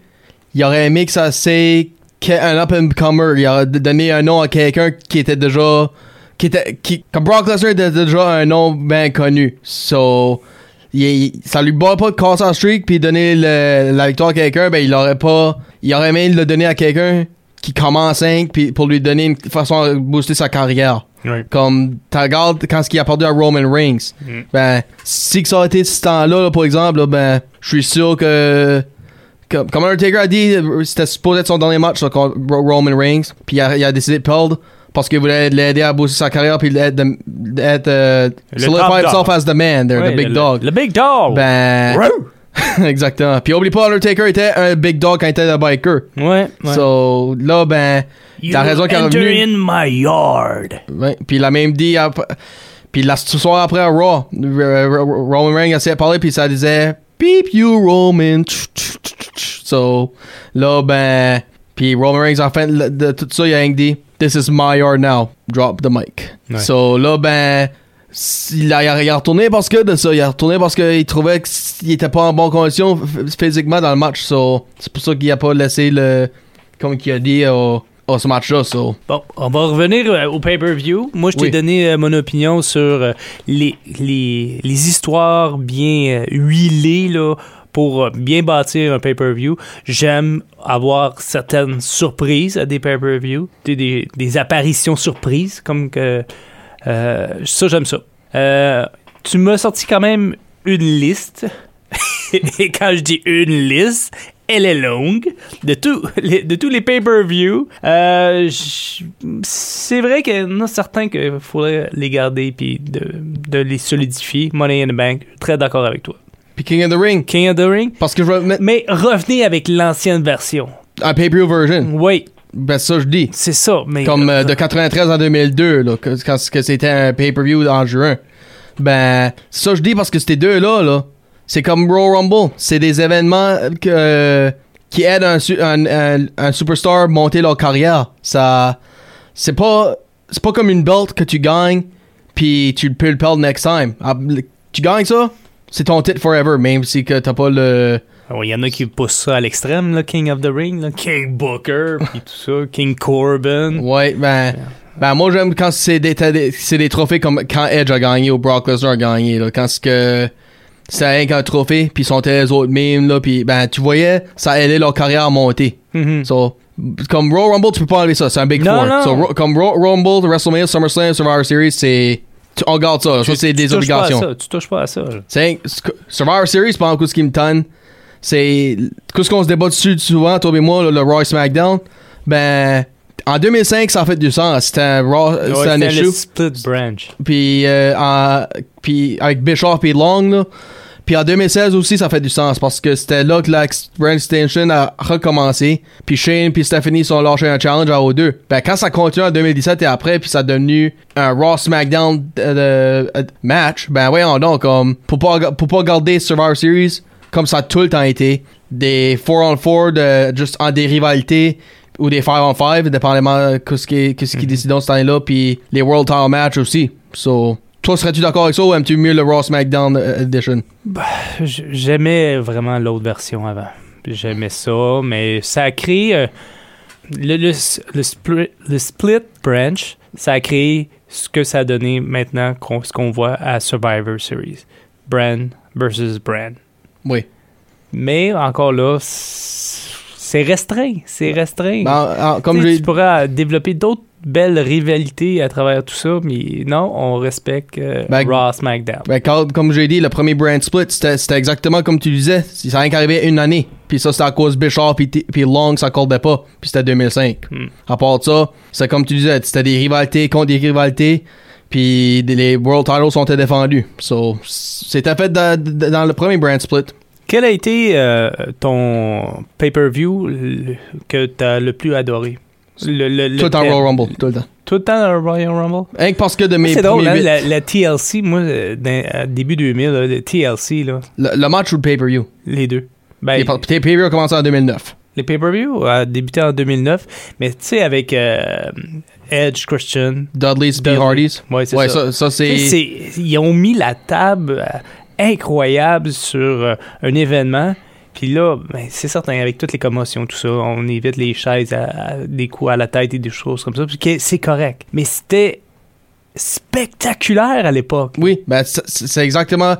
Il aurait aimé que ça c'est un up and comer. Il aurait donné un nom à quelqu'un qui était déjà. Qui était, qui, comme Brock Lesnar était déjà un nom bien connu. So. il- il- ça lui bat pas de casser en streak puis donner le- la victoire à quelqu'un, ben il aurait pas. Il aurait aimé le donner à quelqu'un qui commence 5 puis pour lui donner une façon de booster sa carrière. Comme, tu regardes quand ce qu'il a perdu à Roman Reigns.
Mm.
Ben, si que ça a été ce temps-là, là, par exemple, là, ben, je suis sûr que. Comme, comme Undertaker a dit, c'était supposé être son dernier match là, contre Ro- Roman Reigns, puis il a, il a décidé de perdre parce qu'il voulait l'aider à booster sa carrière, puis l'être. être, euh,
Le
solidify
top
himself
dog.
as the man, there,
Ouais,
the big
le-
dog.
Le big dog!
Ben.
Rou!
exactement. Puis oublie pas, Undertaker était un big dog quand il était un biker.
Ouais, ouais.
So, là, ben. T'as raison qu'elle est
enter
revenue.
in my yard.
Ouais, Puis il a même dit. ap- Puis la ce soir après à Raw, R- R- R- Roman Reigns essayait de parler, puis ça disait Beep you Roman. Tch, tch, tch, tch, tch. So là, ben. Puis Roman Reigns, en fin de, de tout ça, il a rien que dit This is my yard now. Drop the mic.
Ouais.
So là, ben. s- Il a, il a- il a retourné parce que de ça, il a retourné parce qu'il trouvait qu'il était pas en bonne condition f- physiquement dans le match. So, c'est pour ça qu'il a pas laissé le. Comme qu'il a dit au, au ce match-là. So.
Bon, on va revenir euh, au pay-per-view. Moi, je t'ai
Oui.
donné euh, mon opinion sur euh, les, les, les histoires bien euh, huilées là, pour euh, bien bâtir un pay-per-view. J'aime avoir certaines surprises à des pay-per-views, des, des, des apparitions surprises, comme que. euh, ça, j'aime ça. Euh, tu m'as sorti quand même une liste. Et quand je dis une liste, elle est longue de, tous les, de tous les pay-per-view. Euh, j- c'est vrai qu'il y en a certains qu'il faudrait les garder puis de, de les solidifier. Money in the Bank, très d'accord avec toi.
Puis King of the Ring.
King of the Ring,
Parce que je vais mettre
mais revenez avec l'ancienne version.
un Ah, pay-per-view version.
Oui,
Ben ça je dis.
c'est ça. Mais
Comme euh, de 93 à 2002, là, que- quand que c'était un pay-per-view en juin. Ben ça je dis parce que ces deux-là, là, c'est comme Royal Rumble. C'est des événements que, euh, qui aident un, su- un, un- un superstar à monter leur carrière. Ça, c'est pas, c'est pas comme une belt que tu gagnes puis tu peux le perdre next time. Ah, le- Tu gagnes ça, c'est ton titre forever, même si que t'as pas le
Ah ouais, Il y en a qui poussent ça à l'extrême, là, King of the Ring, là, King Booker, puis tout ça, King Corbin.
Ouais, ben, ben moi j'aime quand c'est des, t'as des- c'est des trophées comme quand Edge a gagné ou Brock Lesnar a gagné, là, quand c'est que c'est rien qu'un trophée, puis ils sont les autres mimes, là, puis ben tu voyais, ça aidait leur carrière à monter.
Mhm.
So, comme Royal Rumble, tu peux pas enlever ça, c'est un big
Non,
four.
non.
So, Ro- comme Royal Rumble, WrestleMania, SummerSlam, Survivor Series, c'est... tu- On garde ça, là. ça
Tu-
c'est
tu
des
touches pas à
obligations. Euh,
ça, Tu touches pas à ça. là.
C'est Survivor Series, pendant que ce qui me tanne, c'est qu'est-ce qu'on se débat dessus souvent, toi et moi, là, le Raw et SmackDown. Ben, en 2005, ça a fait du sens. C'était un Raw,
Ouais,
c'était un
c'était le
issue.
split branch.
Puis, euh, en- puis avec Bischoff et Long, là. Puis en 2016 aussi, ça fait du sens parce que c'était là que la ex- brand extension a recommencé. Puis Shane puis Stephanie sont lâchés un challenge à O2. Ben quand ça continue en 2017 et après, puis ça a devenu un Raw SmackDown euh, euh, match, ben voyons donc, comme, pour pas, pour pas garder Survivor Series comme ça a tout le temps été, des 4-on-4 de, juste en des rivalités ou des 5-on-5, dépendamment de ce qui, qu'est-ce
Mhm.
qui décide dans ce temps-là, puis les World Tower Match aussi. So, toi, serais-tu d'accord avec ça ou aimes-tu mieux le Raw SmackDown euh, Edition?
Mmh. J- J'aimais vraiment l'autre version avant. J'aimais ça, mais ça a créé. euh, le, le, s- le split, le split branch, ça a créé ce que ça a donné maintenant, qu'on- ce qu'on voit à Survivor Series. Brand versus brand.
Oui.
Mais encore là, c- c'est restreint. C'est restreint.
Ben, en- en- comme
Tu sais,
j'ai
tu pourras développer d'autres belles rivalités à travers tout ça, mais non, on respecte euh,
Ben,
Raw SmackDown.
ben, quand- comme j'ai dit, le premier brand split, c'était c'était exactement comme tu disais. Ça a rien qu'arrivé une année. Puis ça, c'était à cause Bishop puis T- puis Long, ça accordait pas. Puis c'était 2005.
Hmm.
À part de ça, c'est comme tu disais, c'était des rivalités contre des rivalités. Puis des- les World Titles ont été défendus. So, c'était fait dans, dans le premier brand split.
Quel a été euh, ton pay-per-view le- que tu as le plus adoré? Le, le- le
tout le temps
thème.
Royal Rumble, tout le temps.
Tout le temps dans le Royal Rumble?
Rien que parce que de
Mais
mes
c'est drôle,
premiers
hein,
huit-
la, la TLC, moi, euh, dans- à début 2000, là, le TLC, là,
le, le match ou le pay-per-view.
les deux. Ben,
Les par- les pay-per-view a commencé en 2009.
les pay-per-view a débuté en 2009, mais tu sais, avec euh, Edge, Christian,
Dudley's puis
Dudley.
Hardy's.
ouais, c'est
Ouais,
ça.
ça, ça c'est...
Tu sais, c'est- Ils ont mis la table euh, incroyable sur euh, un événement. Puis là, ben, c'est certain, avec toutes les commotions, tout ça, on évite les chaises, à, à- des coups à la tête et des choses comme ça. puis que- C'est correct. Mais c'était spectaculaire à l'époque.
Oui, ben c- c- c'est exactement.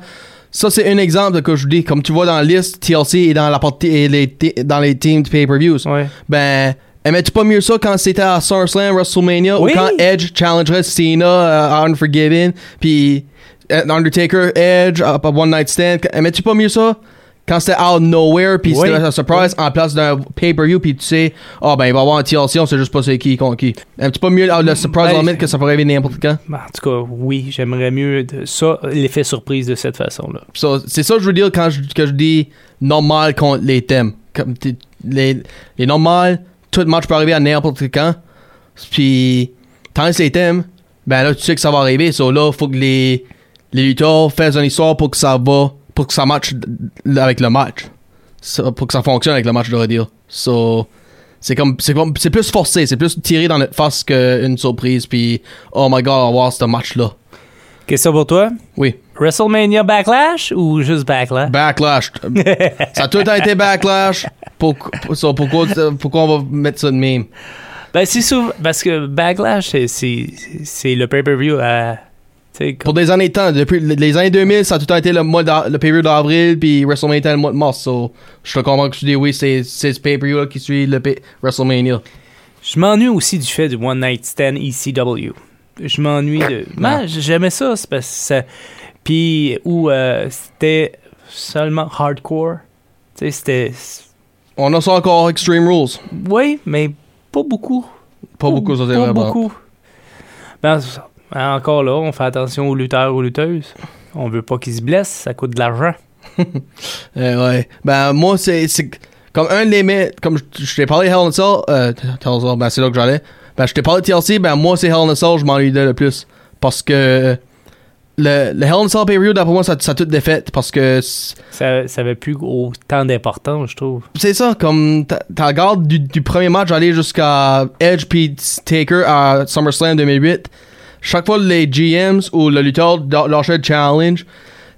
Ça, c'est un exemple de que je vous dis. Comme tu vois dans la liste, TLC est dans la partie et les te- dans les teams de pay-per-views.
Ouais.
Ben, aimais-tu pas mieux ça quand c'était à SummerSlam, WrestleMania,
Oui.
ou quand Edge challengerait Cena euh, à Unforgiven, puis euh, Undertaker, Edge, à à One Night Stand. Qu- Aimais-tu pas mieux ça quand c'était out of nowhere, puis
Oui.
c'était un surprise en place d'un pay-per-view, puis tu sais, ah ben il va y avoir un TLC, on sait juste pas c'est qui contre qui. Aimes-tu pas mieux euh, le surprise
Ben,
element que ça pourrait arriver n'importe quand?
Ben, En tout cas, oui, j'aimerais mieux de- ça, l'effet surprise de cette façon-là.
So, c'est ça que je veux dire quand je, que je dis normal contre les thèmes. Comme t'es- les, les normales, tout match peut arriver à n'importe quand. Puis, tant que c'est les thèmes, ben là, tu sais que ça va arriver. So là, faut que les, les lutteurs fassent une histoire pour que ça va, pour que ça matche d- d- avec le match. Ça- pour que ça fonctionne avec le match, je devrais dire. So, c'est comme, c'est comme, c'est plus forcé, c'est plus tiré dans notre face qu'une surprise. Puis, oh my god, on va voir ce match-là.
Question pour toi?
Oui.
WrestleMania Backlash ou juste Backlash?
Backlash. ça a tout le temps été backlash. Pour, pour- ça, pourquoi, pourquoi on va mettre ça de même?
Ben, c'est souvent. Parce que Backlash, c'est- c'est c'est le pay-per-view à. tu sais,
Pour des années de temps, depuis les années 2000, ça a tout le temps été le, mois d'a- le pay-per-view d'avril, puis WrestleMania était le mois de mars. So, je te comprends que tu dis oui, c'est c'est ce pay-per-view -là qui suit le pay- WrestleMania.
Je m'ennuie aussi du fait du One Night Stand ECW. Je m'ennuie de.
Ah.
Ben, j'aimais ça, c'est parce que ça. Puis, où euh, c'était seulement hardcore. Tu sais, c'était.
On a ça encore Extreme Rules.
Oui, mais pas beaucoup.
Pas beaucoup, ça c'est
Pas
vrai. bon.
beaucoup. Ben, c'est ça. encore là, on fait attention aux lutteurs aux lutteuses. On veut pas qu'ils se blessent, ça coûte de l'argent.
Euh, ouais. Ben, moi, c'est. c'est Comme un des mecs. Comme je, je t'ai parlé de Hell in a Cell. Euh, Hell in a Cell, ben, c'est là que j'allais. Ben, je t'ai parlé de TLC. Ben, moi, c'est Hell in a Cell, je m'ennuie de le plus. Parce que. Le, le Hell in a Cell pay d'après moi, ça, ça a tout défaite. Parce que. c'est-
Ça, ça avait plus autant d'importance, je trouve.
C'est ça, comme. t'as- T'as regardes du, du premier match aller jusqu'à Edge puis Taker à SummerSlam 2008. Chaque fois, les GMs ou le lutteur da- lâchait le challenge.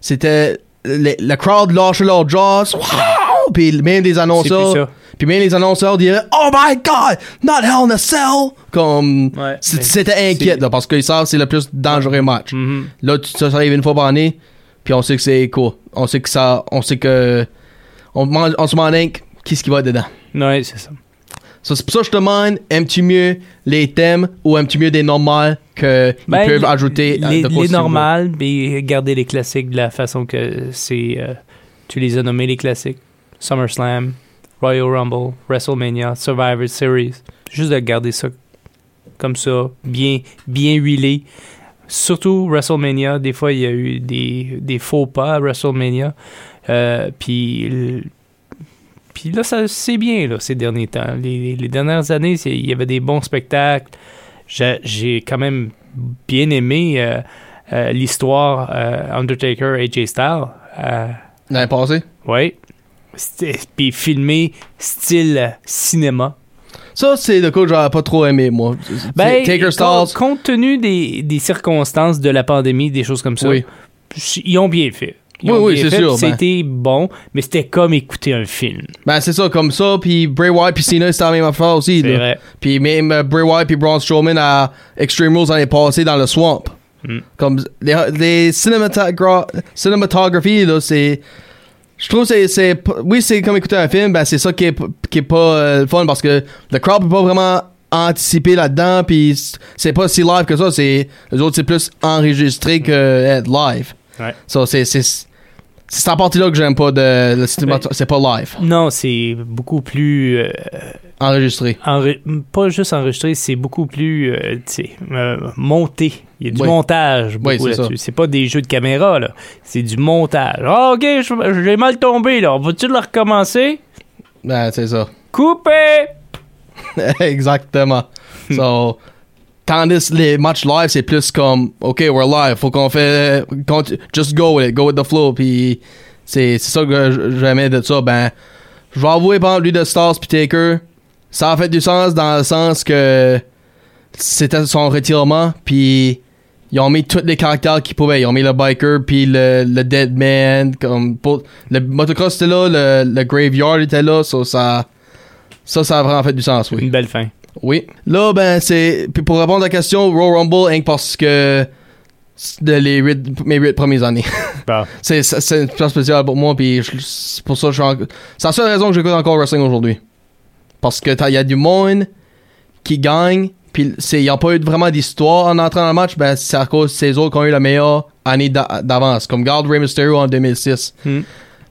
C'était. le- le crowd lâchait leurs jaws. Wow! Puis même des
C'est plus
annonceurs.
ça.
Puis même les annonceurs diraient Oh my god, not hell in a cell! Comme.
Ouais,
c'est-
mais
C'était inquiète,
c'est-
là, parce qu'ils savent que c'est le plus dangereux match.
Mhm.
Là, tu- ça, ça arrive une fois par année, puis on sait que c'est court. On sait que ça. On sait que. On, man- on se demande hein, qu'est-ce qui va dedans.
Ouais, c'est ça.
Ça, c'est pour ça que je te demande aimes-tu mieux les thèmes ou aimes-tu mieux des normales que
Ben,
ils peuvent
les-
ajouter euh,
les,
de quoi si
les
tu veux.
normales, mais garder les classiques de la façon que c'est. euh, tu les as nommés les classiques. SummerSlam, Royal Rumble, WrestleMania, Survivor Series. Juste de garder ça comme ça, bien, bien huilé. Surtout WrestleMania. Des fois, il y a eu des, des faux pas à WrestleMania. Euh, puis, l- puis là, ça c'est bien là, ces derniers temps. Les, les dernières années, c'est- il y avait des bons spectacles. J'ai- J'ai quand même bien aimé euh, euh, l'histoire euh, Undertaker AJ Styles. Euh,
L'année passée.
oui. C'était- Puis filmé style cinéma.
Ça, c'est le coup que j'aurais pas trop aimé, moi.
Ben,
Taker
com-
Stars.
Compte tenu des, des circonstances de la pandémie, des choses comme ça,
Oui.
ils ont bien fait. Ils
Oui,
ont
oui,
bien
c'est
fait,
sûr,
puis
ben.
C'était bon, mais c'était comme écouter un film.
Ben, c'est ça, comme ça. Puis Bray Wyatt puis Cena, c'était la même affaire aussi.
C'est
là.
vrai.
Puis même euh, Bray Wyatt puis Braun Strowman à Extreme Rules l'année passée dans le Swamp.
Mm.
Comme les, les cinématogra- cinématographies, là, c'est. Je trouve que c'est- c'est. p- Oui, c'est comme écouter un film, ben c'est ça qui est, p- qui est pas euh, le fun parce que le crowd peut pas vraiment anticiper là-dedans, puis c- c'est pas si live que ça. c'est Les autres, c'est plus enregistré que euh, être live.
Ouais.
So, c'est. C'est c'est cette partie-là que j'aime pas de. le
Ben,
cinémato- C'est pas live,
Non, c'est beaucoup plus. euh,
enregistré.
enre- pas juste enregistré, c'est beaucoup plus euh, tu sais, euh, monté. Il y a du
Oui.
montage beaucoup
Oui, c'est ça.
là-dessus. C'est pas des jeux de caméra, là. C'est du montage. Ah, ok, je- j'ai mal tombé, là. Vas-tu le recommencer?
Ben, c'est ça.
Coupé!
Exactement. so, tandis les matchs live, c'est plus comme, OK, we're live, faut qu'on fait, qu'on- just go with it, go with the flow, puis c'est c'est ça que j- j'aimais de ça. Ben, je vais avouer, par exemple, lui de Stars puis Taker, ça a fait du sens dans le sens que c'était son retirement, puis ils ont mis tous les caractères qu'ils pouvaient. Ils ont mis le biker, puis le, le dead man, comme pour- le motocross était là, le, le graveyard était là, so ça, ça, ça a vraiment fait du sens, oui.
Une belle fin.
Oui. Là, ben, c'est. Puis pour répondre à la question, Royal Rumble, rien que parce que. c'est De les huit- mes 8 premières années.
Bah.
c'est c'est- c'est une place spéciale pour moi, puis je- c'est pour ça que je suis en- C'est la seule raison que j'écoute encore le wrestling aujourd'hui. Parce que t'as- il y a du monde qui gagne, puis c'est- ils n'ont pas eu vraiment d'histoire en entrant dans le match, ben c'est à cause de ces autres qui ont eu la meilleure année d'a- d'avance. Comme Garde Rey Mysterio en 2006.
Hmm.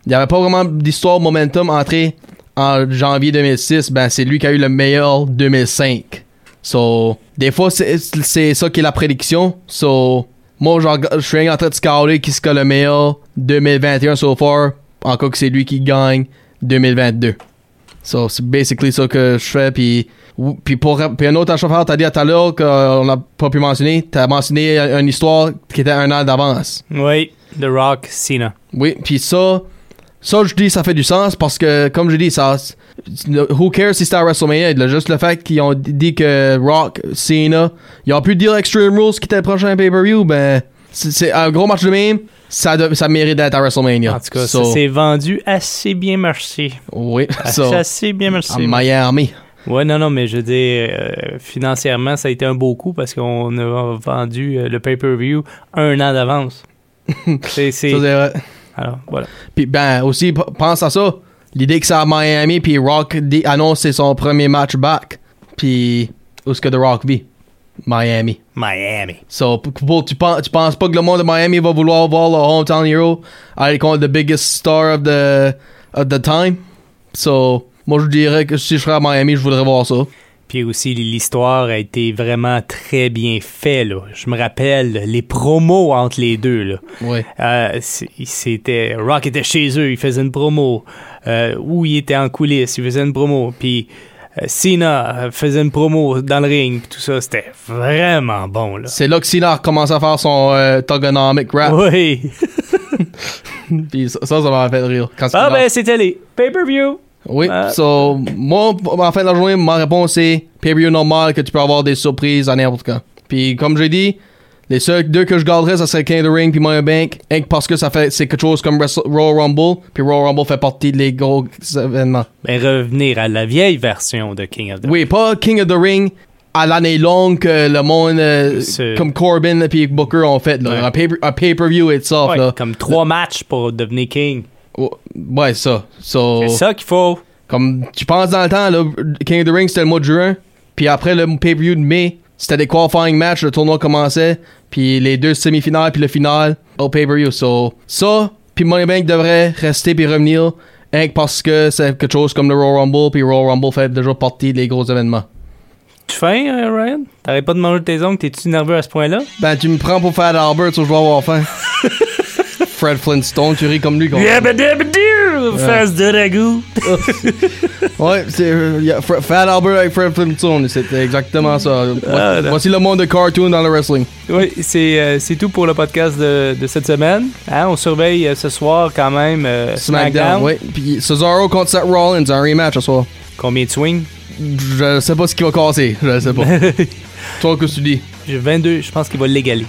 Il n'y avait pas vraiment d'histoire momentum entré en janvier 2006, ben c'est lui qui a eu le meilleur 2005. So, des fois, c'est- c'est ça qui est la prédiction. So, moi, j'en- je suis rien en train de scaler qui sera le meilleur 2021 so far, encore que c'est lui qui gagne 2022. So, c'est basically ça que je fais. Puis, ou- puis pour puis un autre chauffeur, t'as dit tout à l'heure qu'on n'a pas pu mentionner, t'as mentionné une histoire qui était un an d'avance.
Oui, The Rock, Cena.
Oui, puis ça, ça je dis ça fait du sens parce que comme je dis ça, who cares si c'était à WrestleMania, le- juste le fait qu'ils ont dit que Rock, Cena, ils ont pu dire Extreme Rules qui était le prochain pay-per-view, ben c'est- c'est un gros match de même, ça de- ça mérite d'être à WrestleMania.
En tout cas,
So,
ça s'est vendu assez bien marché.
oui,
Assez,
so,
assez bien
à
marché.
Miami.
Ouais, non, non, mais je veux dire, euh, financièrement, ça a été un beau coup parce qu'on a vendu euh, le pay-per-view un an d'avance. c'est, c'est-
Ça, c'est vrai.
Alors, voilà.
Puis ben aussi p- pense à ça, l'idée que c'est à Miami puis Rock dé- annonce c'est son premier match back. Puis où est-ce que The Rock vit Miami.
Miami.
So, p- pour- tu, penses, tu penses pas que le monde de Miami va vouloir voir le hometown hero aller contre the biggest star of the, of the time? So, moi je dirais que si je serais à Miami, je voudrais voir ça.
Puis aussi, l'histoire a été vraiment très bien faite, là. Je me rappelle les promos entre les deux, là.
Oui.
Euh, c'est- c'était Rock était chez eux, il faisait une promo. Euh, ou il était en coulisses, il faisait une promo. Puis euh, Cena euh, faisait une promo dans le ring, puis tout ça, c'était vraiment bon là.
C'est là que Cena a commencé à faire son euh, togonomic rap.
Oui.
Puis ça, ça ça m'a fait rire. Quand
Ah
Cena-
ben c'était les pay-per-view.
Oui,
Ah.
so, moi, p- en fin de la journée, ma réponse c'est pay-per-view normal que tu peux avoir des surprises à n'importe quand. Puis, comme j'ai dit, les seuls deux que je garderais, ça serait King of the Ring puis Money in the Bank, rien que parce que ça fait, c'est quelque chose comme Wrestle- Royal Rumble, puis Royal Rumble fait partie des gros événements.
Ben revenir à la vieille version de King of the
Oui, pas King of the Ring à l'année longue que le monde, euh,
C'est-
comme Corbin puis Booker ont fait, là.
Ouais.
Un pay- un pay-per-view itself,
Ouais,
là. Oh.
comme trois matchs pour devenir King.
Ouais, ça. So,
C'est ça qu'il faut.
Comme tu penses dans le temps, là, King of the Ring c'était le mois de juin, puis après le pay-per-view de mai, c'était des qualifying matchs, le tournoi commençait, puis les deux semi-finales puis le final au pay-per-view. So, ça, puis Money Bank devrait rester puis revenir, hein, rien que parce que c'est quelque chose comme le Royal Rumble, puis Royal Rumble fait déjà partie des gros événements.
Tout faim, hein, Ryan? T'arrêtes pas de manger tes ongles, t'es-tu nerveux à ce point-là?
Ben, tu me prends pour faire Albert, so je vais avoir faim. Fred Flintstone, tu ris comme lui. Quand...
Yabba-dabba-doo! Face de ragoût!
Ouais, c'est euh, y a Fre- Fat Albert avec Fred Flintstone, c'était exactement ça.
Ah, non.
Voici le monde de cartoon dans le wrestling.
Oui, c'est euh, c'est tout pour le podcast de, de cette semaine. Hein, on surveille euh, ce soir quand même euh,
SmackDown,
SmackDown.
ouais. Puis Cesaro contre Seth Rollins, un rematch ce soir.
Combien de swings?
Je sais pas ce qui va casser, je sais pas. Toi, qu'est-ce que tu dis?
J'ai 22, je pense qu'il va l'égaler.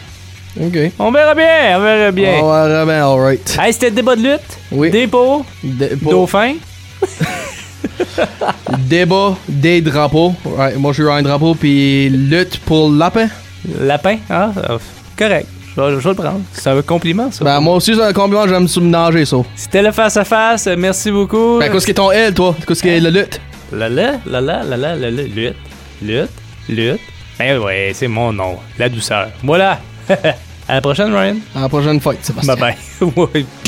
Ok.
On verra bien, on verra bien.
Oh, ouais, ben, alright.
Hey, c'était le débat de lutte.
Oui.
Dépôt,
Dé- pas-
dauphin.
débat des drapeaux. Ouais, moi, je suis Ryan Drapeau, puis lutte pour la paix.
Lapin, ah, euh, correct. Je vais, je vais le prendre. C'est un compliment, ça.
Ben, moi aussi, c'est un compliment, j'aime subnager ça.
C'était le face-à-face. euh, Merci beaucoup.
Ben, qu'est-ce qui est ton L, toi? Qu'est-ce qui est la lutte?
La la, la la, la la, la la, lutte, lutte, lutte. Ben ouais, c'est mon nom. La douceur. Voilà. à la prochaine, Ryan.
À la prochaine fight, Sébastien.
Bye bye.